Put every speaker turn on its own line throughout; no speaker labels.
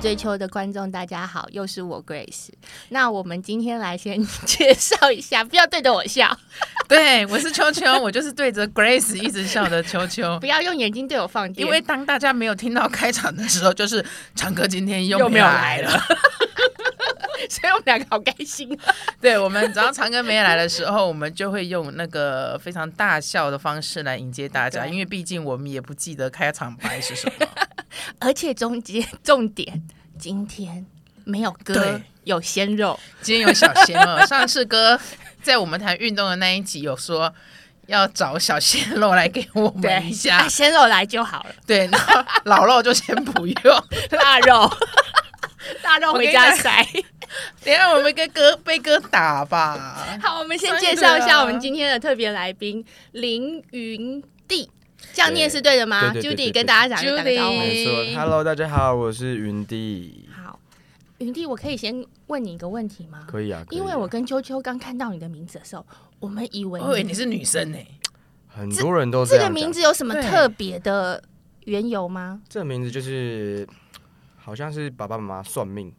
最秋的观众，大家好，又是我 Grace。那我们今天来先介绍一下，不要对着我笑，
对，我是秋秋，我就是对着 Grace 一直笑的秋秋
不。要用眼睛对我放电，
因为当大家没有听到开场的时候，就是长哥今天又
又
没
没
有
有
来
来
了。
所以我们两个好开心啊。
对，我们只要长哥没来的时候，我们就会用那个非常大笑的方式来迎接大家，
对
因为毕竟我们也不记得开场白是什么。
而且中间重点，今天没有歌
对，
有鲜肉，
今天有小鲜肉，上次哥在我们谈运动的那一集有说要找小鲜肉来给我们
对
一下
啊，鲜肉来就好了，
对，然后老肉就先不用。
腊 肉，腊肉回家 塞。
等一下我们跟哥被哥打吧。
好，我们先介绍一
真的
下
啊
我们今天的特别来宾凌云弟，这样念是对的吗
对对对对
？Judy
对
跟大家讲一
Judy
打个招呼。
没错，Hello，大家好，我是云弟，
好，云弟，我可以先问你一个问题吗？
可以啊，可以啊
因为我跟秋秋刚看到你的名字的时候，我们以为
我以为你是女生呢、
很多人哦都
这
样
个
讲
名，字有什么
对
特别的缘由吗？
这个名字就是好像是爸爸妈妈算命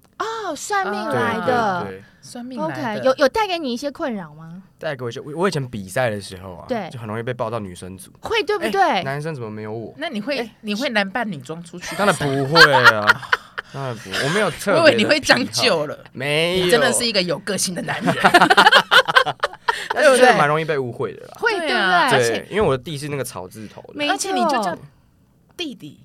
哦，算命
哦
对
来的。
对对，
算命来
OK，
的。
有有带给你一些困扰吗？
带给我一些，我我以前比赛的时候啊，
对
就很容易被报到女生组，
会对不
哎
对？
男生怎么没有我？
那你会、你会男扮女装出去？
当然不会 啊，当然不，我没有特别，
我以为你会长，久了。
没有，
你真的是一个有个性的男人，
但是
对不对
蛮容易被误会的啦。
会
对
对
啊
不对？
对，因为我的弟是那个草字头的，
没
而且你就叫
错
弟弟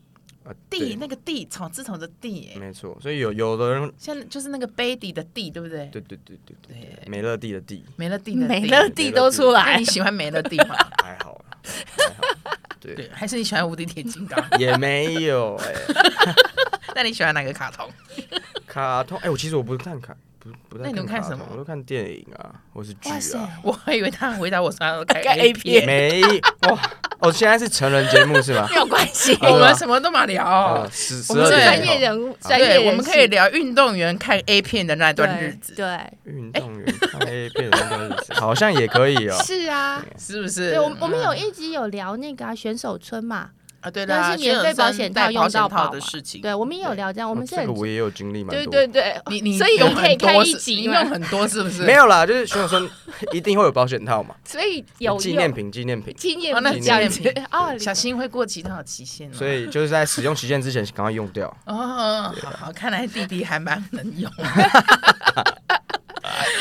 啊
弟，
对
那个弟草字头的弟，哎
没错，所以有有的人，
现在就是那个 baby 的弟，对不对？
对对对对对，
对，
美乐蒂的弟
美乐蒂的弟
美乐蒂都出
那
来
你，喜欢美 乐蒂吗？
还好啊，还好，对。
对，还是你喜欢无敌铁金 刚？
也没有哎、
那你喜欢哪个卡通？
卡通哎、我其实我不看卡，不不太
那你们看
卡
什
通
么
我都看电影啊，或是剧
哇塞
啊。
我还以为他回答我说他都看
看
A
A
片，
没哇，哦，现在是成人节目是吧
没？有关系。
啊
我们什么都嘛聊
哦，，十
我
十
们
二
是
点啊
专
以
业
后
人物，专业人
对，
士
我们可以聊运动员看 A 片的那段日子，
对，
运动员看 A 片的那段日子，好像也可以哦。
对 是啊。
是不是？
对，我们我们有
嗯
一集有聊那个啊选手村嘛，
啊，对
但
啦，
是免费保险套
戴保
用
险
到
套
爆
的
嘛
事情，
对，啊我们也有
对
聊这样，我
我
们是
啊哦这
很
个我也有经历蛮
对
多。
对对，
你你
所以
用
你可以
很多
开一
是
集
你
嘛
用很多是不是？
没有啦，就是选手村一定会有保险套嘛，
所以 有
呃纪念品纪念品，
纪念
哦那
品
纪
这样
念
子
品
哦，
小心会过期，它有期限哦。
嗯
所以就是在使用期限之前赶快用掉。
哦，好好，看来弟弟还蛮能 用。
啊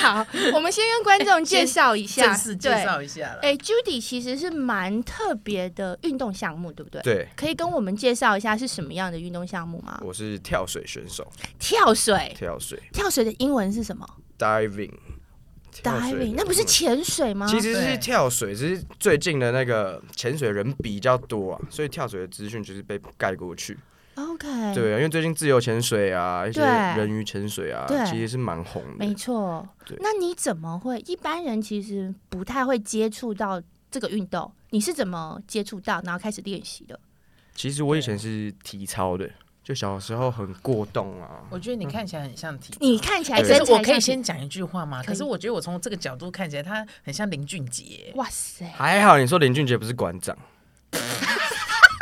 好，我们先跟观 众介绍一下，
正式介绍一下了。
对。哎，Judy 其实是蛮特别的运动项目，对不对？
对，
可以跟我们介绍一下是什么样的运动项目吗？
我是跳水选手，
跳水，
跳水
跳水的英文是什么
diving，跳水
？diving，那不是啊潜水吗？
其实
对
是跳水，只是最近的那个潜水人比较多啊，所以跳水的资讯就是被盖过去。
OK，
对啊，因为最近自由潜水啊，一些
对
人鱼潜水啊
对，
其实是蛮红
没
的。
错
对。
那你怎么会？一般人其实不太会接触到这个运动，你是怎么接触到，然后开始练习的？
其实我以前是体操的，就小时候很过动啊。
我觉得你看起来很像体。
你看起来
哎，
身
可是
材
我可以
像
先讲一句话吗？
可以
可是我觉得我从这个角度看起来，他很像林俊杰。
哇塞，
还好你说林俊杰不是 馆长，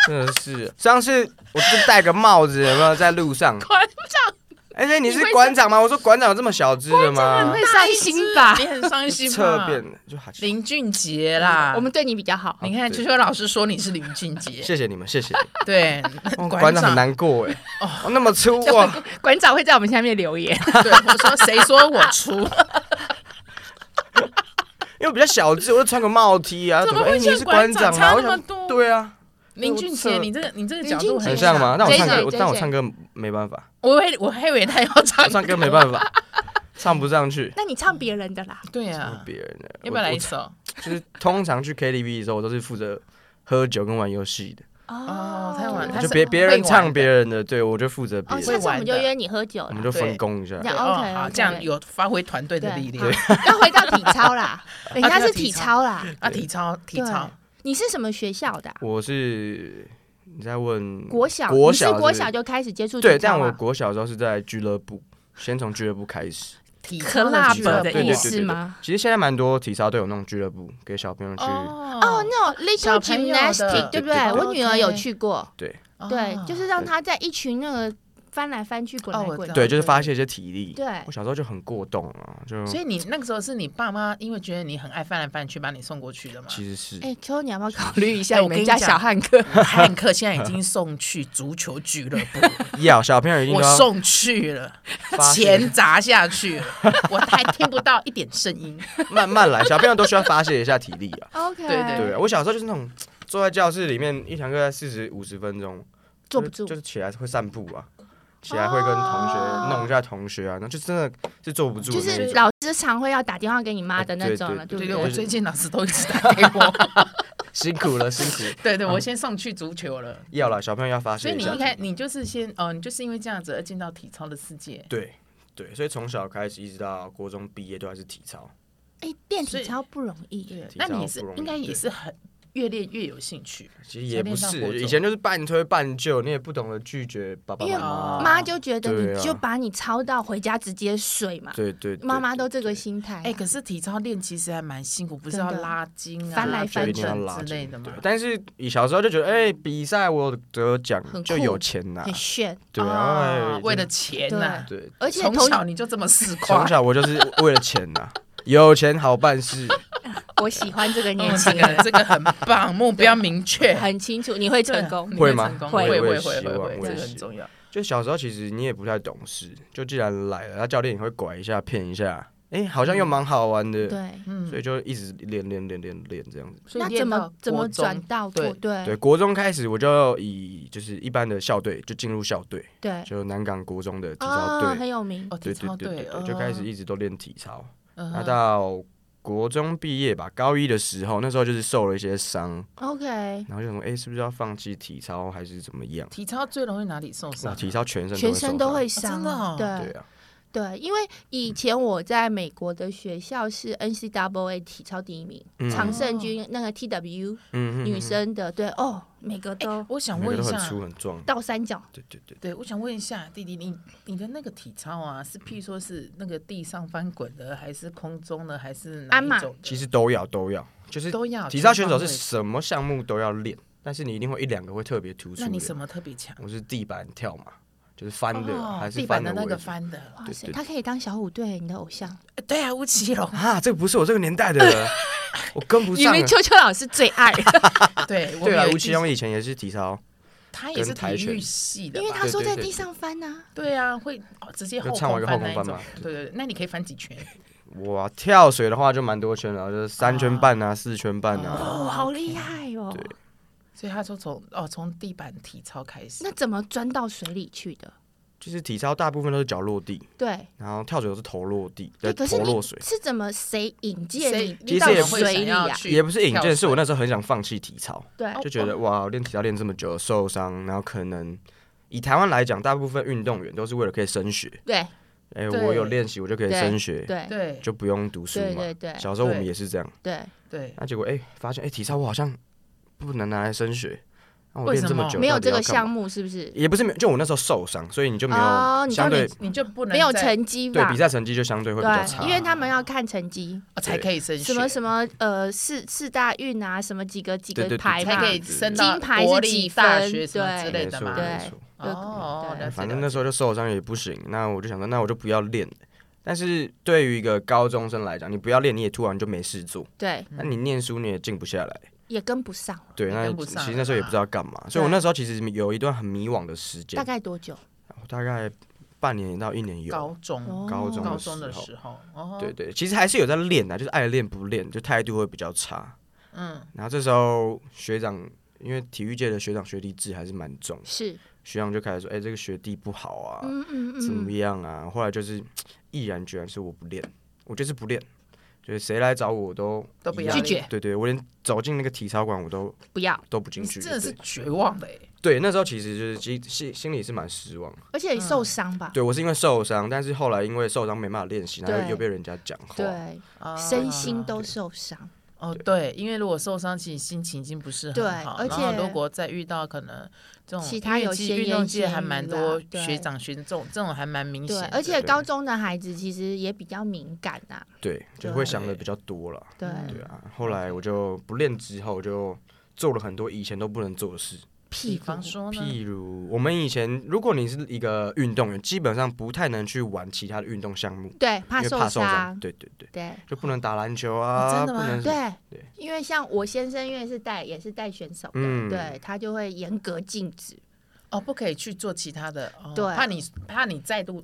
真的是上次我就戴个帽子，有没有在路上？
馆长
哎、你是馆长吗？我说馆长有这么小只的吗？
会伤心吧？
你很伤心
侧
吧？
边的就好。
林俊杰啦，
嗯我们对你比较好。
你看秋秋老师说你是林俊 杰，
谢谢你们，谢谢。
对，
哦
馆
馆长很难过 哎，哦，那么粗哇！
馆长会在我们下面留 言，
对，我说谁说我出？
因为比较小只，我就穿个帽 T 啊，
怎么
么？哎，
会
你
像
是馆长
馆长
啊？
差
我
那么
想
多，
对啊，
林俊杰，你这个你这个角度啊
很
很
像吗？那我
追
唱歌，
追
我
追
但我唱歌没办 法，
我以为我还以为他要唱
我唱歌没办法，唱不上去。
那你唱别人的啦。
对
是
啊，
别人的，
要不要来
我
一？首？
我就是通常去 KTV 的时候，我都是负责喝酒跟玩游戏的，
哦太晚了他
就是别别人
会玩的
唱别人的，对我就负责别
哦，
人，
下次我们就约你喝酒
我
了
们。就
对
分工一下
这。样
哦
OK，
好，
OK
这样有发挥团队的力量
对。好要回到体操 啦，人家是体操啦。
啊，体操，体操，
你是什么学校的啊？
我是你在问
国小，
国
你
小
是国
是
小就开始接触
对，
体
但
操
我
吗？
国小的时候是在俱乐部，先从俱乐部开始。
体
可
操
辣
俱
本
乐
的
部
对
意
对
思
对对
吗？
其实现在蛮多体操都有那种俱乐部给小朋友去，
哦、
哦
no little
小朋友的哦
gymnastic，对不对？
对对对
我女儿有去过，
对
对，就是让她在一群那个翻来翻去、滚
哦
来
我
滚
知
去，
道
对，就是发泄一些体力。
对
我小时候就很过动啊，就
所以你那个时候是你爸妈因为觉得你很爱翻来翻去，把你送过去的吗？
其实是
哎、秋，你要不要考虑一下
哎
我
我跟
们
你
家
讲
小汉克？
汉 克现在已经送去足球俱乐 部，
要小朋友一定
我
都要
送去了，
发泄
钱砸下去 了，我还听不到一点声音。
慢慢来，小朋友都需要发泄一下体力 啊。
OK，
对对
对啊，我小时候就是那种坐在教室里面，一堂课在四十五十分钟，
坐不
就是
住
就。是起来会散步啊，起来会跟同学
哦
弄一下同学啊，那就真的是坐不住的
就
那
是
种。
老师常会要打电话给你妈的那种了，
哎对
对不
对对，
对
我
对？
最近老师都一直打给 我。
辛苦了，辛苦。
对对，我先送去足球了。
要嗯了，小朋友要发
所
泄
以
一
你
下
一
体力。
开，你就是先，哦，你就是因为这样子而进到体操的世界。
对对，所以从小开始一直到国中毕业都还是体操。
哎、练
所
体
以
操不容易，
对
体，
那
操
你是
不容易
应该也
对
是很越练越有兴趣。
其实也不
才
是
练到国，中
以前就是半推半就，你也不懂得拒绝爸爸
因为
妈妈。
妈就觉得
对啊
你就把你操到回家直接睡嘛，
对对，对
妈妈都这个心态啊。
哎，可是体操练其实还蛮辛苦，不是
真
要
的
拉筋啊、
翻来
拉
翻
就
去
一定要
正
拉
之
筋
类的嘛
对。但是以小时候就觉得，哎，比赛我有得奖
很
就
酷
有钱拿
很，炫，
对
啊
啊，哎
为了
就
钱呐。
对，
而且
从
同
小你就这么市侩
从。小我就是为了钱呐，有钱好办事。
我喜欢这个年
嗯，
轻
这
人
个，这个很棒，目标 明确，
很清楚你会成功
对。啊
会吗
你成功
会
会
我
会
也
会
希望
会
我
会，
也
这个很
希
重要。
就小时候其实你也不太懂事，就既然来了，那教练也会拐一下骗一下，哎，好像又蛮好玩的，
对，
嗯
所以就一直练练练练练这样子。
所以
那
练
怎
到
么怎
国
么
中
转到过？
对
对，
对
国中开始我就以就是一般的校队就进入校队，
对
就南港国中的体操
啊，
队，
很有名。
嗯哦，
对
体
对
操
对对
队
对，就开始一直都练体操。
嗯
那
哼
到国中毕业吧，高一的时候，那时候就是受了一些伤，
嗯
OK，
然后就想说，哎、是不是要放弃体操还是怎么样？
体操最容易哪里受
哇，
伤？
啊体操全身
全身都
都会
会
受
伤，
真的哦
对
伤对啊，
对，因为以前我在美国的学校是 NCAA 体操第一名，
嗯
常
哦
胜军那个 TW
嗯
女，生的，对哦，每个
哎
都
我想
每个
问一
都很
下，
粗很壮，
倒三角，
对对对，
对，我想问一下弟弟，你你的那个体操啊，是譬如说是那个地上翻滚的，还是空中的，还是哪
鞍
一
马
种的？
其实都要都要，就是
都要。
体操
全
选
方
手是
位
什么项目都要练，但是你一定会一两个会特别突出
那你
的
什。么特别强？
我是地板跳嘛，就是翻的、
哦
还是
地板
翻
的
为
那个
主
翻的？
哇
对
塞，
对。
他可以当小虎队你的偶像，
哎对啊，吴奇隆
啊？这个不是我这个年代 的人，我跟不
因
上
为
了。
秋秋老师最爱，
对，我
对啊
们，有
吴
一
奇
季
隆以前也是体操，
他也是
跟跆
体育
拳
系的
因
吧，
为他
对
说
对
在
对
地
对
上翻呐、
对啊，会哦直接
就
后
唱完
空
一个
翻那一
后空翻
种
嘛。
对对对，那你可以翻几圈？
我跳水的话就蛮多圈的，就是三圈半啊、四圈半啊。
哦，好厉害哦！
对
所以他说从哦从地板体操开始
那。怎么钻到水里去的？
就是体操大部分都是脚落地，
对，
然后跳水都是头落地，
对，可
对，
是
头
你
落水。
是怎么谁引荐
谁
其
你
实
到
也不
水里啊？
也不是引
跳水
荐，是我那时候很想放弃体操，
对，
哦
就觉得哇，练体操练这么久受伤，然后可能以台湾来讲，大部分运动员都是为了可以升学，
对，
哎，
对
我有练习我就可以升学，
对，
对
就不用读书
对，
嘛
对，。对，
小时候我们
对
也是这样，
对，
对，
那结果哎发现哎体操我好像不能拿来升学，那我
为
练
什
这么
么
久
没有
到底
这
要
个
干嘛
项目是不是？
也不是没有，就我那时候受伤，所以你就没
哦
有
你就
相对
你就不能
没有
再
成绩
对
吧
比？赛成绩就相对会比较差
对，因。为他们要看成绩，
哦才可以升学，
什么什么呃四四大运啊，什么几个几
对
个
对对
牌
才
嘛
可，以升到
金牌是
国
几
立
分
大学什么之类
没
的
错，
嘛。
没错。
对
哦，
对
了解
反正那
了
时候就受伤也不行，那我就想说，那我就不要练。但是对于一个高中生来讲，你不要练，你也突然就没事做，
对，
那你念书你也静不下来。
也跟不上，
对，
也
那
跟不
其
上
实那时候也不知道干嘛，所以我那时候其实有一段很迷惘的时间
大，概多久？
大概半年到一年
解
有。
高中
高中
高
的
中
时
的
候
时候，哦，
对，对，其实还是有在练啊的，就是爱练不练，就态度会比较差。
嗯，
然后这时候学长，因为体育界的学长学弟制还是蛮重的
是，
学长就开始说：“哎、这个学弟不好啊，
嗯嗯
怎么
嗯，
样啊？”后来就是嘖毅然决然是我不练，我就是不练，就是谁来找我都
都不
一
要
样
拒绝
对对，我连走进那个体操馆我都
不要，
都不进
你
去。
真的是
对
绝望的哎，
对，那时候其实就是心心心里是蛮失望的。
而且受
嗯
伤吧？
对我是因为受伤，但是后来因为受伤没办法练习，然后
对
又被人家讲话。
对，
啊
身心都受伤，
哦，对，因为如果受伤，其实心情已经不是
对
很好。
而
然后
且
如果再遇到可能这种
其他
因为
有
其
些
实运
言
动界
闲
还蛮
语
多
啦对
学长学弟这种这种还蛮明显
对，
的。
而且
对
高中的孩子其实也比较敏感呐，
对，就
对
会想的比较多了。
对，
对啊，后来我就不练之后，就做了很多以前都不能做的事。
屁
比
股
方，说呢，
譬如我们以前，如果你是一个运动员，基本上不太能去玩其他的运动项目，
对，怕
因为
受
怕受伤。
伤，
对对对，
对
就不能打篮球啊，
哦真的吗
不能
对
对
因为像我先生，因为是带也是带选手的，
嗯
对他就会严格禁止，
哦，不可以去做其他的，哦、
对
怕你怕你再度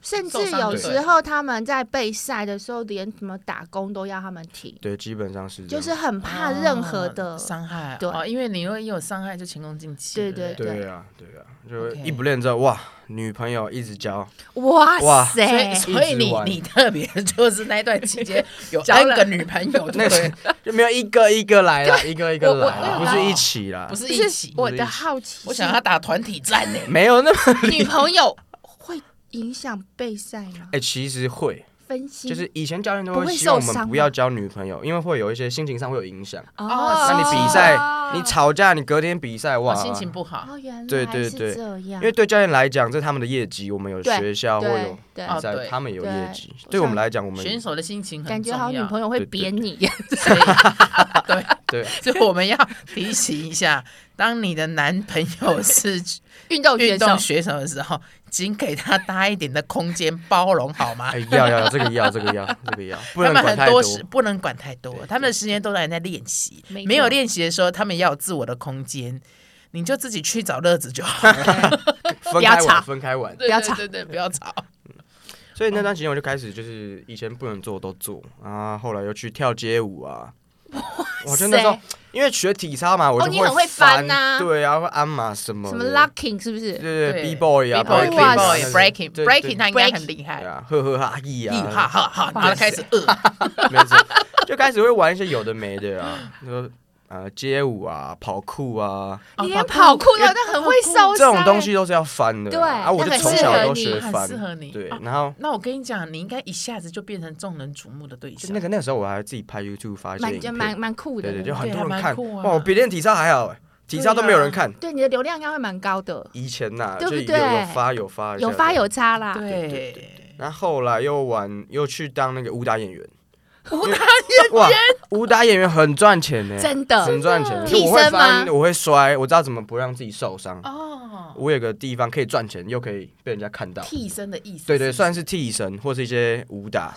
甚
受
至
伤
有
对
时候他们在备赛的时候，连什么打工都要他们停，
对，啊基本上是这
就
样
是很怕任何的
哦。伤害，
对
哦，因为你如果一有伤害就前功尽弃，
对
对不
对啊，对啊，就
OK
一不练之后，哇，女朋友一直交，
哇
哇
塞，
所以所以
一直
你
玩
你特别就是那段期间 有
交了
N 个女朋友，
那
对
个
了，
就没有一个一个来 了，一个一个
我我
来啦，
我
不是一起啦
不，是
就
一
是
起。
我的好奇，
我想要打团体战呢、
没有那么
女朋友会影响备赛吗？
哎，其实会，
分心
就是以前教练都
不会
会希望我
受伤
们不
吗
要交女朋友，因为会有一些心情上会有影响。
哦
那你
哦
比赛，你吵架，你隔天比赛，
我
哇，
心情不好。
哦，原来
对对
是
对
这样，
因为对教练来讲，这是他们的业绩，我们有
对
学校或
对
有啊
对
哦
比赛
对，
他们有业
对
绩
我。
对我们
想
来讲，我们
选手的心情
感
很重
觉
要，
好像女朋友会
对对
扁
对
你，
所以 对，
对
所以我们要提醒一下，当你的男朋友 是
运动
运
选手
动选手的时候，请给他大一点的空间包容，好吗
哎？要要要这个要这个要这个要，不
他
能
们
管
很
太多。
时不能管太多
对，
他们的时间都来在练习，
没
没有
错
练习的时候，他们要有自我的空间，你就自己去找乐子就好了，
分
不要
开
吵
玩分开玩。
对
要吵
对对，对不要吵。
所以那段时间我就开始就是以前不能做的都做啊，后来又去跳街舞啊。我真的时候因为学体操嘛，我
哦
就
你很会翻
翻
呐
对啊，会鞍马什么
什
的
么 locking 是不
对
是？
对对
对
，B boy 啊
b o y
B-boy，哇塞
breaking
对
breaking，他应该
breaking，
很厉害
对。啊，呵呵哈意
厉害，
啊，
哈哈，然后开始呃饿，
没错，就开始会玩一些有的没的 啊，说呃街舞啊、跑酷啊，
你
哦
连跑酷
因
的
为
那很会 受伤，欸
这种东西都是要翻的。
对
啊，我就
那很
从
适合
小都
你
学
很
翻，
适合你
对
哦，
然后
那我跟你讲，你应该一下子就变成众人瞩目的对
就
象
那。个那个时候我还自己拍 YouTube 发一些
蛮
影
就
片，
蛮蛮酷的，
对对，就
对
很多
还
人
蛮
看。
酷啊
哇，我比练体操还好哎，体操都没有人看。
对你的流量应该会蛮高的，
以前呐，
对
就
不
有
对
有发有发一下
有发。有差啦。
对对
对，
然后后来又玩，又去当那个武打演员。
武
打演员哇，武打演员很赚钱呢，
真的
很赚钱。
真的
就我会
替身吗
翻，我会摔，我知道怎么不让自己受伤。
哦，
我有个地方可以赚钱，又可以被人家看到。
替身的意思，
对对，算是替身或是一些武打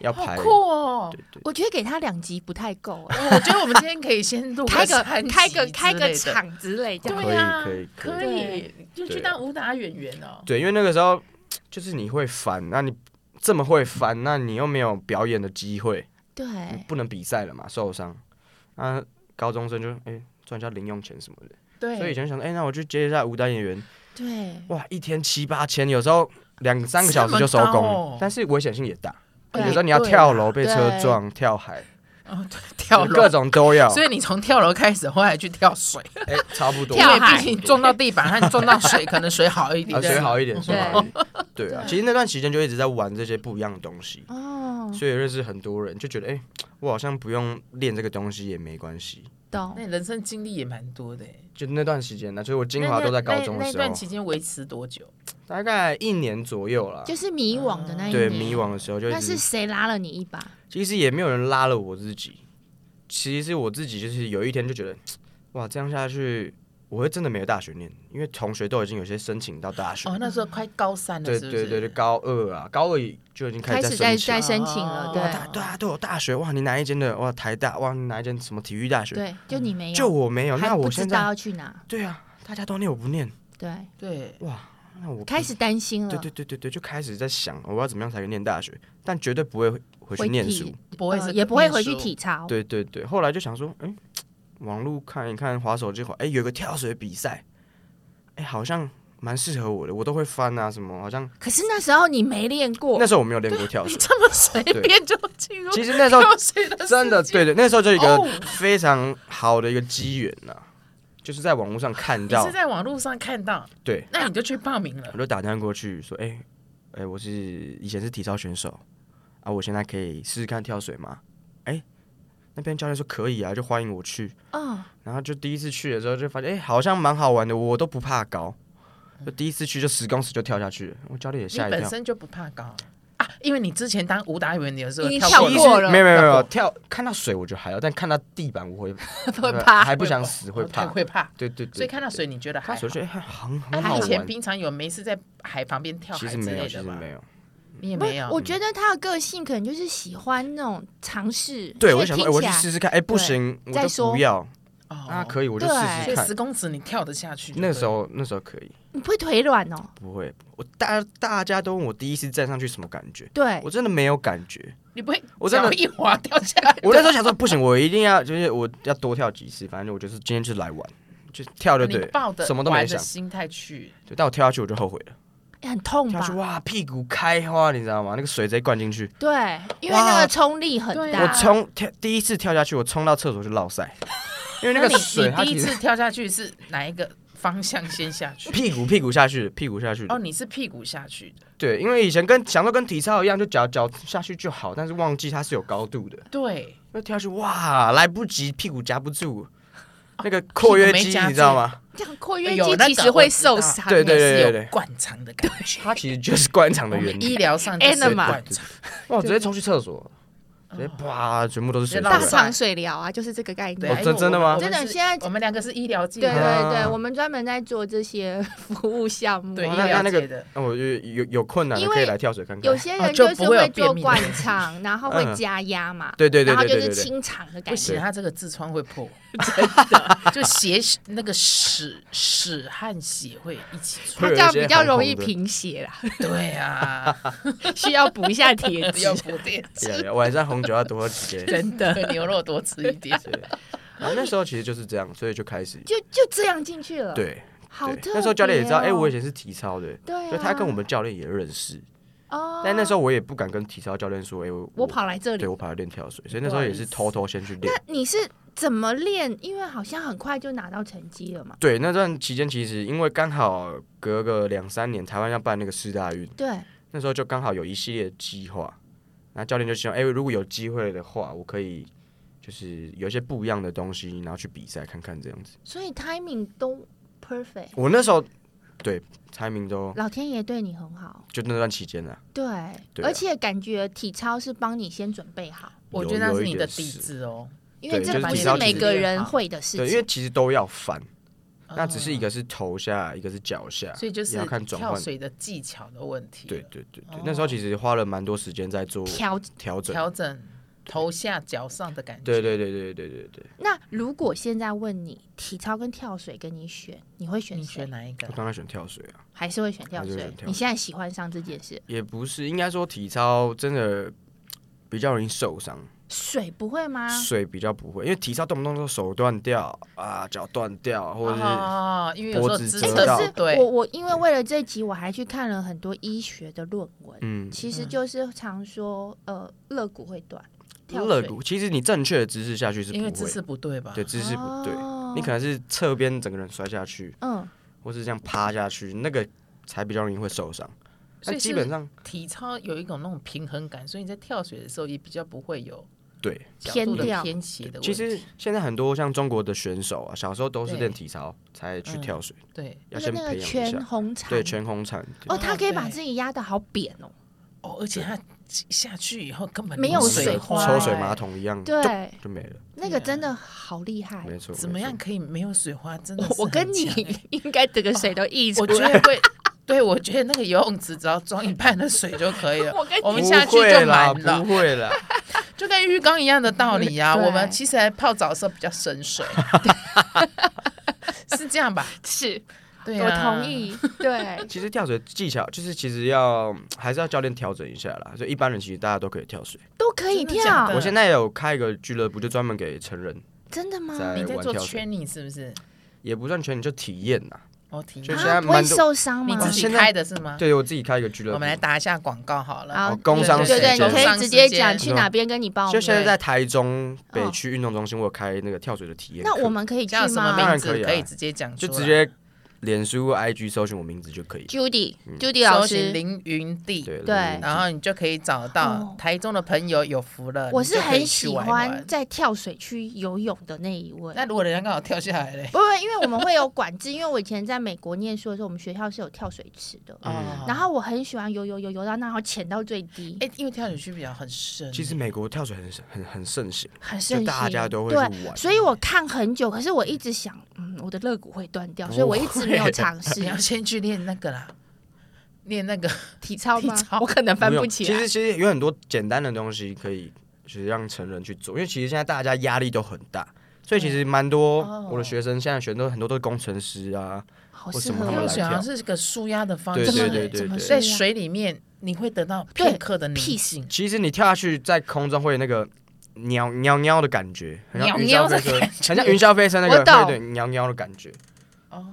要
好
拍。
酷哦。
对对，
我觉得给他两集不太够， 哎
我觉得我们今天可以先录
开个
三集
开个开
之
个
类的，
场之类这样。
对呀，
可以可以
可
可以
以，就去当武打演员哦。
对，因为那个时候就是你会翻，那你这么会翻，那你又没有表演的机会，
对，
你不能比赛了嘛，受伤。那高中生就哎赚一下零用钱什么的，所以
对，
以前想说，哎、那我去接一下舞蹈演员，
对，
哇，一天七八千，有时候两三个小时就收
这么
工，
高哦
但是危险性也大。
对
有时候你要跳楼
对
被车撞、跳海，
哦，对，跳楼，
各种都要，
所以你从跳楼开始，后来去跳水，
哎、差不多。
跳
因为
海
毕竟撞到地板和撞到水，可能水好一 点
啊，。学好一点，学好一点。对啊，
对
其实那段时间就一直在玩这些不一样的东西。
嗯
哦，
所以认识很多人，就觉得哎、诶我好像不用练这个东西也没关系。
懂
那你人生经历也蛮多的欸，
就那段时间啊呢，所以我精华都在高中
那
的
那那
时
段期
候，
间维持多久？
大概一年左右啦。
就是迷惘的那一
对
年，
迷惘的时候就一
那是
直，
谁拉了你一把？
其实也没有人拉了我自己，其实是我自己就是有一天就觉得，哇，这样下去我会真的没有大学念，因为同学都已经有些申请到大学，
哦，那时候快高三了，
对
是不
对
是？
对对，高二啊，高二就已经
开
始
始在
申
在
请。
申请了，
哦
对
大对啊，都有大学哇！你哪一间的哇？台大哇？你哪一间什么体育大学？
对，就你没有，
就我没有，
还
那
不
我
知
现
道
在
要去哪，
对啊，大家都念我不念，
对，
对，
哇，那我不
开始担心了，
对对对对对，就开始在想我要怎么样才可以念大学，但绝对不会回去
回哦
念
体
书。
不会
呃
是
也不会回去
念书
体操，
对对对，后来就想说，嗯，网络看一看，滑手机滑，哎、有个跳水比赛，哎、好像蛮适合我的，我都会翻啊什么，好像
可是那时候你没练过
那，时候我没有练过跳
你
水，
这么随便就进入
其实那时候
跳水的世界
真的，对对，那时候就有一个
哦
非常好的一个机缘呐，就是在网络上看
你
到
是，在网络上看到，
对，
那你就去报名了
我。就打电话过去说，哎、哎、我是以前是体操选手啊，我现在可以试试看跳水吗？哎、那边教练说可以啊，就欢迎我去。
哦，
然后就第一次去的时候就发现，哎、好像蛮好玩的，我都不怕高。就第一次去就十公尺就跳下去了，我教练也
你
吓一
本
跳。
身就不怕高啊？因为你之前当武打演员的时候
已经
跳
跳
过
其
了
实
过了
没有没有没
跳
有
过
跳，看到水我觉得还好，但看到地 板我会
会怕
还不想死，会怕，
哦会怕，
对对对，
所以看到
对
水你觉得还
看
好
水觉得还哎很
那
很
他
好
以前
玩。
平常有没事在海旁边跳
其
海
实
之
没有，
类
其
的
实
吗？
没有。嗯
你也
不
没
是，
有
我，觉得他的个性可能就是喜欢那种尝试，
对，
所
我
以
就想
听
说，哎，我
起
去
来
试试看。哎，不行，我
再
就
说
不要。啊，
哦，
可以，我就试
所
试
以
看
十。公尺你跳得下去就对了？
那时候那时候可以，
你不会腿软哦。
不会。我大大家都问我第一次站上去什么感觉，
哎
对
我，真的没有感觉。
你不会
我真的？
脚一滑掉下来
我那时候 想说，不行，我一定要就是我要多跳几次，反正我就是今天就是来玩，就跳就
啊你
对了，
抱着
什么都没
玩的
想。
心态去，
对，但我跳下去我就后悔了，
哎很
嗯
痛
跳
吧
下去？哇屁股开花，你知道吗？那个水直接灌进去，
对，因为那
哇
个冲力很
对啊啊
大。
我冲跳第一次跳下去，我冲到厕所就落塞，因为那个
你
水它
你第
其
一
实？
次跳下去是哪一个方向先下去
屁股屁股下去的，屁股下去的。
哦，你是屁股下去的，
对，因为以前跟想说跟体操一样，就脚脚下去就好，但是忘记它是有高度的。
对，
那跳下去哇，来不及，屁股夹不住。那个括约肌
屁股没夹住
你知道吗？
这样括约
有
肌
那
其
个
实
我
会
知
受
道
伤欸。
啊对对对
是
对
有灌肠的感觉。
它其实就是灌肠
我
的原
们医
理。
疗上就是
Enema
灌肠，
哇，我直接冲去厕所，直接
哦
啪，全部都是水
直接
出来
大
浪费
肠水疗啊，就是这个概
对
念。
哦
因为
真
我
真的吗
我们
真的
是
现在
我们两个是医疗技
对
能，
对对，
啊
我们专门在做这些服务项
啊
目。
对医
哦那
疗
那个
界的。
那我就有有困难的
因为
可以来跳水看看
有。些
哦
人
就不
是
会有
会做
便秘的
灌 肠，然后会
嗯
加压嘛，
对对对
然后就
对对对
是
对，
清肠的
不
感
行，
觉。
他这个痔疮会 破，真的，就血那个屎屎和血会一起出。
会
它
有
这
一
样比
些
较
航
容
空
易
的
贫血啦，
对 啊，
需要补一下铁质
要。补点，
对对晚上红酒要多喝几杯。
真的，
牛肉多吃一点。
对，然后那时候其实就是这样，所以就开始
就就这样进去了，，
对
好
对
特。
那时候教练也知道，
别
哎，
哦
我以前是体操的，
对啊，
所以他跟我们教练也认识。
哦，
但那时候我也不敢跟体操教练说，哎，我
我跑来这里
对，我跑来练跳水，所以那时候也是偷偷先去练
那。你是怎么练？因为好像很快就拿到成绩了嘛，
对，那段期间其实因为刚好隔个两三年，台湾要办那个世大运，
对，
那时候就刚好有一系列的计划，那教练就希望，哎、如果有机会的话，我可以就是有一些不一样的东西，然后去比赛看看这样子。
所以 timing 都 perfect，
我那时候对 timing 都
老天爷对你很好，
就那段期间呢、
对，
对啊
而且感觉体操是帮你先准备好，
我
有
觉得那
有
是
一
你
点
的底
是
子哦。
因为
对
这
就是
不
体
是
操
每
其
个
实
人会的事情，
对，因为其实都要翻，
哦
那
嗯
只是一，个是头下，一个是脚下，
所以就
也
是
要看转
跳
换。
水的技巧的问题。
对，对对对，那时候
哦
其实花了蛮多时间在做
调
调整。
调整头下脚上的感觉。
对对对对对对对，
那如果现在问你体操跟跳水跟你选，你会选
你
谁
选？哪一个
我？当然选跳水啊，
还是会选跳
还是会
水
选？跳
你现在喜欢上这件事，
也不是，应该说体操真的比较容易受伤。
水不会吗？
啊
水比较不会，因为体操动不动就手断掉啊，脚断掉，或者是、
哦，因为有时候
脖子
姿
折
哎，
势
可
到
不
是
对
我，我因为为了这集，我还去看了很多医学的论文，
嗯，
其实
嗯
就是常说呃肋骨会断，跳
肋
水
骨。其实你正确的姿势下去是不
因为
会，
姿势不对吧？
对姿势不对，
哦
你可能是侧边整个人摔下去，
嗯，
或是这样趴下去，那个才比较容易会受伤。
所
但
以
基
是
本上
体操有一种那种平衡感，所以你在跳水的时候也比较不会有
对，
角度的
偏掉
偏斜的问题。
其实现在很多像中国的选手啊，小时候都是
对
练体操才去
嗯
跳水，
对
要
那
先
个那个
培养一
全
下。
红婵，
对，全红婵，
哦，他可以把
对
自己压得好扁哦，
哦，而且它下去以后根本
没有
跟那个
水花
抽
欸
水马。桶一样，就
对，
就没了，
那个真的好厉害。
啊没错。
怎么
没错
样可以没有水花？真的是
我我跟
很
你
强 欸
应该整个
哦
水都溢出
我觉
来。
得会，对我觉得那个游泳池只要装一半的水就可以 了。
我跟
我
你
们下去就满
不会啦
了
不，会啦。
就跟浴缸一样的道理呀、啊。
对
我们其实来泡澡的时候比较省 水，是这样吧？
是，
对、啊，
我同。 意。对，
其实跳水技巧就是其实要还是要教练调整一下啦，所以一般人其实大家都可以跳水。
都可以
真的假
跳
的，
我现在有开一个俱乐部，就专门给成人
真的吗？
在
你在
玩
做
跳水，
training 是不是？
也不算全，你就体验呐。
我听
就
啊
现在
不会
蛮多
受伤
你
吗？
自
哦
己
现在
开的是吗？
对我自己开一个俱乐部，
我们来打一下广告好了。
好
哦工商
对对，
时间
你可以直接讲去
工商时间
哪边跟你报
就
名。
哦
现在在台中北区运动中心，我有开那个跳水的体验课。
那我们可以去
叫什么
吗？
当
名
然
字
可以啊
直接讲出
就
来，
直接脸书、IG 搜寻我名字就可以。
Judy，Judy、Judy
嗯
搜
老
寻
师，
凌云地，
对
对
然
然
后
后你就可以找到
哦
台中的朋友有福了，
我
你
是
就可以
很
去
喜
玩玩
欢。在跳水区游泳的那一位。
那如果人家刚好跳下来嘞，
不不，因为我们会有管制，因为我以前在美国念书的时候，我们学校是有跳水池的。
嗯
哦
然后我很喜欢游游游游到那后潜到最低，
哎，因为跳水区比较很深，
其实美国跳水很很很盛行，
很
就
盛
大
行
家都会
对，
去玩。啊
所以我看很久，可是我一直想，嗯，我的肋骨会断掉，所以我一直没
哦
有 尝试
你。要先去练那个啦，练那个
体操吗
体操？
我可能翻
没有
不起
其
来。
实其实有很多简单的东西可以，就是让成人去做，因为其实现在大家压力都很大。所以其实蛮多
哦
我的学生，现在学生都很多都是工程师啊，
好
为
适
什么
合
他
我
跳
们来
水，好像是个舒压的方式，
对
对
对对
怎么啊
对
怎
在
么舒压
水里面你会得到
对
片刻的宁
peace
静，
其实你跳下去，在空中会有那个鸟鸟鸟的感觉，很像云
鸟鸟
霄
的
飞车，
感觉
很像云霄飞车那
我
个，
懂
对对，鸟鸟的感觉。哦，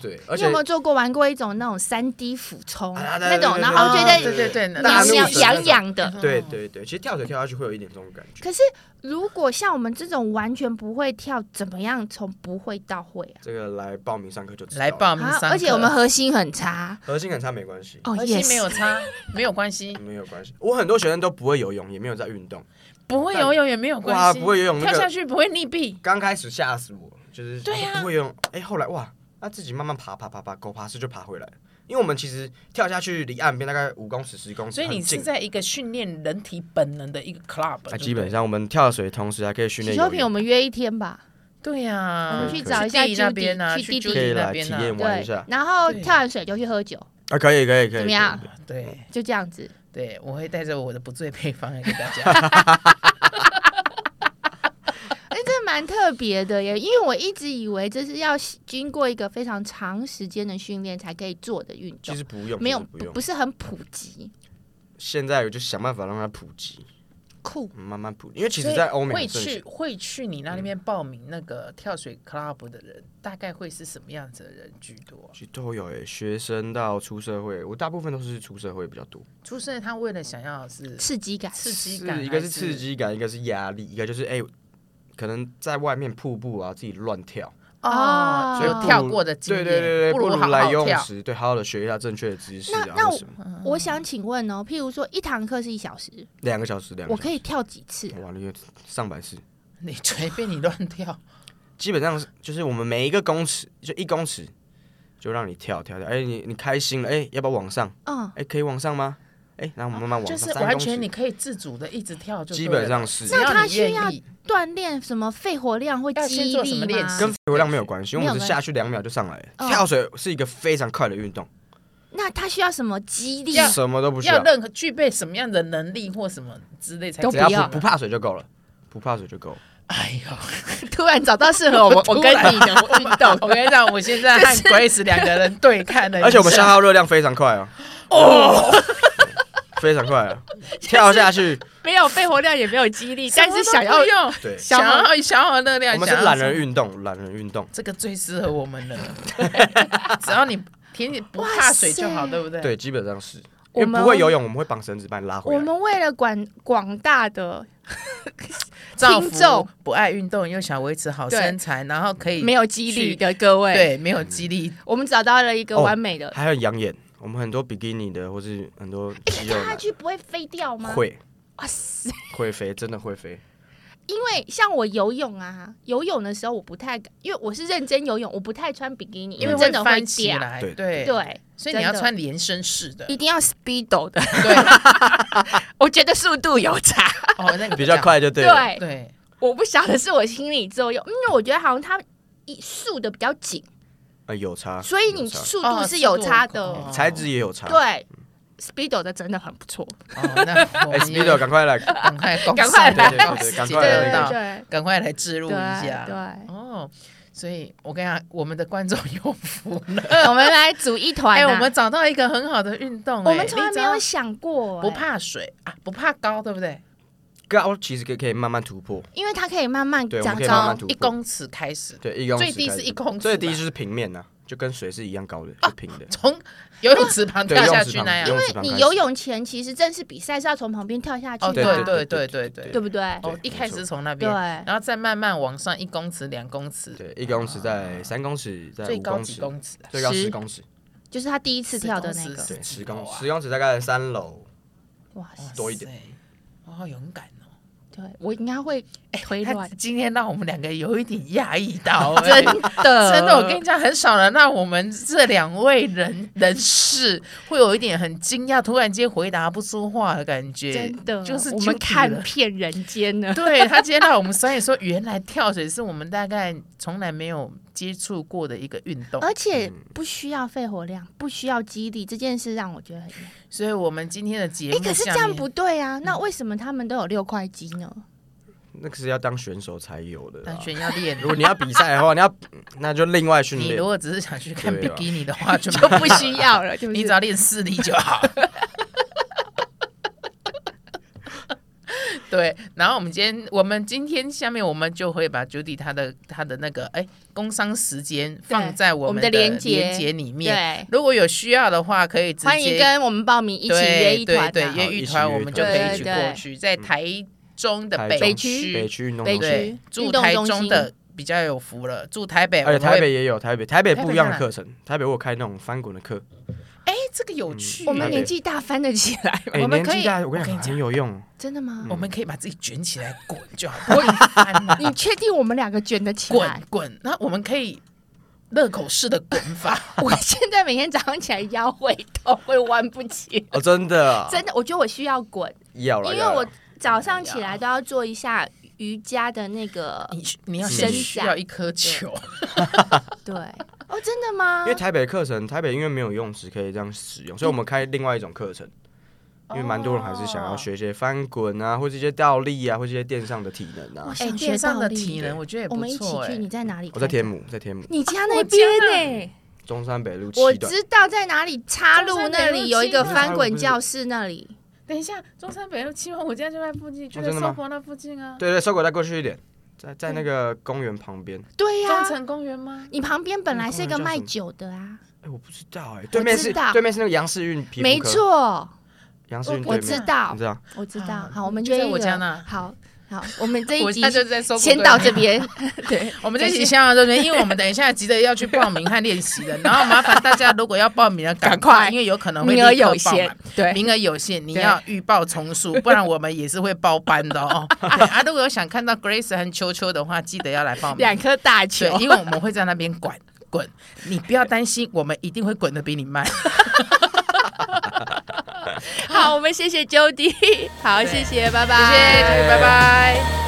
对，而
你
且
有没有做过玩过一种那种三 D 俯冲
啊
那种，
对对对
然后就
对
在
对对对，
大
痒
怒
痒
神那
痒
种
痒的？
嗯
对对对，其实跳水跳下去会有一点这种感觉。
可是如果像我们这种完全不会跳，怎么样从不会到会啊？
这个来报名上课就知道
来报名
啊，
上课，
而且我们核心很差
核心很差没关系，
哦，
核
也
心没有 差，没有关系，
没有关系。我很多学生都不会游泳，也没有在运动。
不会游泳也没有关
哇，
系，
不会游泳那
跳下
个
去不会溺毙，
刚开始吓死我，就是
对啊
不会游泳。哎，后来哇，那自己慢慢爬爬爬爬，狗爬式就爬回来了。因为我们其实跳下去离岸边大概五公尺、十公尺，
所以你
很
是
近
在一个训练人体本能的一个 club，
啊，
对不对
基本上我们跳水同时还可以训
许
练
秋
游
萍，我
泳，
们约一天吧。
对啊呀、
我
们去
找一下
弟弟那边啊，
Judy，去
去
弟弟
可以
Judy 那
来
边
体
啊
验，玩一
对
下，
然后
对
跳完水就去喝酒，
啊，可以可以可以，
怎么样
可以？
对
就这样子。
对，我会带着我的不醉配方来给大家。
哎，这蛮特别的耶，因为我一直以为这是要经过一个非常长时间的训练才可以做的运
其
动，
实不用，
没有
其实不
不
用
不。是很普及。
现在我就想办法让它普及，
酷，
嗯慢慢普及，因为 其
所
实
以
在欧美
会
很盛
去
行
会去你那里面报名那个跳水 club 的人，大概会是什么样子的人居多？
其实都有诶、学生到出社会，我大部分都是出社会比较多。
出生他为了想要是
刺激感。
刺激感，
是一个
还
是刺激感，一个是压力，一个就是哎、可能在外面瀑布啊自己乱跳，
哦，
所以
有
不
跳过的经
对
验，
对对对，
不
不
如好
来
好
游泳
跳。
池，对，好好的学一下正确的姿势
那
啊，
那
或什么
我想请问哦，譬如说一堂课是一小时，
两个小时，两个
我
小时
可以跳几次啊？
哇，那个上百次，
你随便你乱跳，
基本上是就是我们每一个公尺就一公尺。就让你跳跳跳，哎、你你开心了，哎、要不要往上？
嗯，
哎、可以往上吗？哎、然后我们慢慢
就
往 上，
是
三
完
公尺
全你可以自主的一直跳就对了，
基本上是
只要
那他
你
需
愿
要
意
锻炼什么肺活量或
要先
肌
做什么
力
练习
吗？
跟肺活量没有关系，因为我
没
们
有关
是
系
下去两秒就上来了。
嗯
跳水是一个非常快的运动，
那他需要什么肌力？
要
什么都不需
要任何具备什么样的能力或什么之类才
都
可以
只
不要
要不不怕水就够了，不怕水就够了。
哎呦，
突然找到适合我们，我跟你的运 动，
我跟你讲，我现在和 Grace 两个人对看了一下，
而且我们消耗热量非常快哦， 哦，非常快 啊，跳下去。
没有肺活量，也没有肌力，
什
但
么
是
都
想要
不用
对，
想要消耗热量，
我们是
想要
懒人运动，懒人运动。
这个最适合我们了。只要你天气不怕水就
哇
好，
塞
对不对？
对，基本上是，
我
因为
们
不会游泳，我们会绑绳子把你拉回
我
来。
们为了广广大的
造
听众
福不爱运动又想维持好
对
身材，然后可以
没有肌力的各位，，
对没有肌力，
我们找到了一个
哦
完美的。
还有养眼，我们很多比基尼的或是很多肌肉
跳下
的
去不会飞掉吗？，
会
哇塞！
会飞，真的会 飞。
因为像我游泳啊，游泳的时候我不太敢，因为我是认真游泳，我不太穿比基
嗯
尼，
因
为
为
真的
翻起
掉。
来，
对
对，
对，
所以你要
真的
穿连身式的，
一定要 speedo 的，
对，
我觉得速度有差，
哦，那个
比较，快就对了。
对，
我不晓得是我心理作用，因为我觉得好像它一束的比较紧，
呃，有差，
所以
有
你
差
速
哦
度是有差的。
速度有差
材质也有差。
对，speedo 的真的很不错。
哦，那我
哎 s
们
p e e d
也
o 赶快来，
赶快公
赶快
送的
来
广告
对对对赶
时
快
间
来
得
对
到
对
赶快来置入
对
一下。
对，
哦，所以我跟你讲，我们的观众有福了。
我们来组一团啊。
哎，我们找到一个很好的运动、哎
我们从来没有
你只
想过
要
哎，
不怕水啊，不怕高，对不对？
高其实可以可以慢慢突破。
因为它可以慢慢
对我
长
们可以慢
高
慢。突
一
破
公尺开始，
对，一公
最
尺
低
开
是
始
一公尺
最低
吧啊
就是平面呐、啊就跟水是一样高的，是平 的。
从游泳池旁
对
跳下
用纸
去
旁
那样
用。
因为
纸旁
你
开
游
始
泳前其实正式比赛是要从旁边跳下去的、
哦，
啊，
对对
对
对
对
对
对
对。
对不对？
哦，一开始是从那边，
对
然后再慢慢往上一公尺、两公尺，
对，一公尺在三公尺，在
最
五
高
公
几
尺，
公尺啊？
最高
十
十公尺，
就是他第一次跳的那
十公
个
尺，
对，十公
哇
十公尺大概在三楼。
哇塞！
多一点
哇塞，我好勇敢哦！
对我应该会腿
他
软，
今天让我们两个有一点讶异 到、哎
真的
真的，我跟你讲，很少人让我们这两位人人士会有一点很惊讶，突然间回答不出话的感觉，
真的
就是
我
纠
们
结
看
了
遍人间呢。
对他今天让我们三也说，原来跳水是我们大概从来没有接触过的一个运动，
而且
嗯
不需要肺活量，不需要肌力，这件事让我觉得很。哎、
所以我们今天的节目
可是
下
这样
面嗯
不对啊！那为什么他们都有六块肌呢？
那个是要当选手才有的啦。
单纯要练
如。果你要比赛的话，你要那就另外训
你
练
如。果只是想去看比
对啊
基尼的话， 就
就不需要了，对不
啊 你只
对？
要练视力就好。 对，然后我们今天，我们今天下面我们就会把 Judy 她的她的那个哎工商时间放在我
我
们
们
的
的
连
连结
接里面。
对，
如果有需要的话，可以直接
欢迎跟我们报名一起约
对
一团、啊，
对对约
好
一
一起
团，
约
我
一
们就
团
可以去
对
过
对
去，在台中的
台
北
中
区
北区运动
北
中
区
心，
对住
运动
台
中
中
心
的比较有福了，住台北，我
而且
们
台
会
北也有台北，台北
台北
不一样
在
的
哪
课程。台北我有开那种翻滚的课，
哎这个有趣，
我们
台北
年纪大翻得起来 吗？
哎，
我们
年
可以
纪大，我跟
我跟
你
你
讲很有用。
真的吗？
我们可以把自己卷起来滚就好，滚翻 啊
你确定我们两个卷得起
滚
来？
滚，那我们可以热狗式的滚法，
我现在每天早上起来腰会痛，会弯不起来。
哦，真的啊，
真的，我觉得我需要滚，
要了，
因为
要啦
我早上起来都要做一下瑜伽的那个。
你你要
嗯
先
伸
需
展
要一颗球，
对，哦，真的吗
因为？台北的课程，台北因为没有泳池可以这样使用，所以我们开另外一种课程。因为蛮多人还是
哦
想要学一些翻滚啊，或是一些倒立啊，或是一些电上的体能
我
啊。
哎，
想学
电上
到
的体能，我觉得也
我
不
们一起
错哎啊
去。。你在哪里？
我在天，母，在天母
你家
我
那
家那
边呢？
中山北路七
我
段，
知道在哪里，岔
中
路
山
那
北路
里有一个
七
翻滚教室，那里
等一下，中山北路七号，我家就在附近，就
哦
在
真的吗
寿婆那附近啊。
对对，搜狗再过去一点，在在那个公园旁边。
对啊呀
中、城公园吗？
你旁边本来是一个
那个公
卖
园叫
酒的啊，
哎，我不知道哎，对面是
知道
对面是那个杨世运皮肤科，
没，错，
杨世运
我
对
知
面，
道
你知，道？
我知
啊
道。好，我们
就在
约一个
我家那
好好，我 们这
我
一集
家就在寿
先到这。 边，对，
啊我们这期先到这边，因为我们等一下急着要去报名和 练习了，然后麻烦大家如果要报名的赶
赶快
快，因为有可能会立刻报满。，
对，
名额有限，你
对
要预报 从速，不然我们也是会包班的哦。对啊，如果有想看到 Grace 和秋秋的话，记得要来报名。
两颗大
对
球，，
因为我们会在那边滚滚，你不要担心，我们一定会滚得比你慢。
好，我们谢谢 Jody，好，
对
谢谢，拜
谢
拜，
谢，拜拜。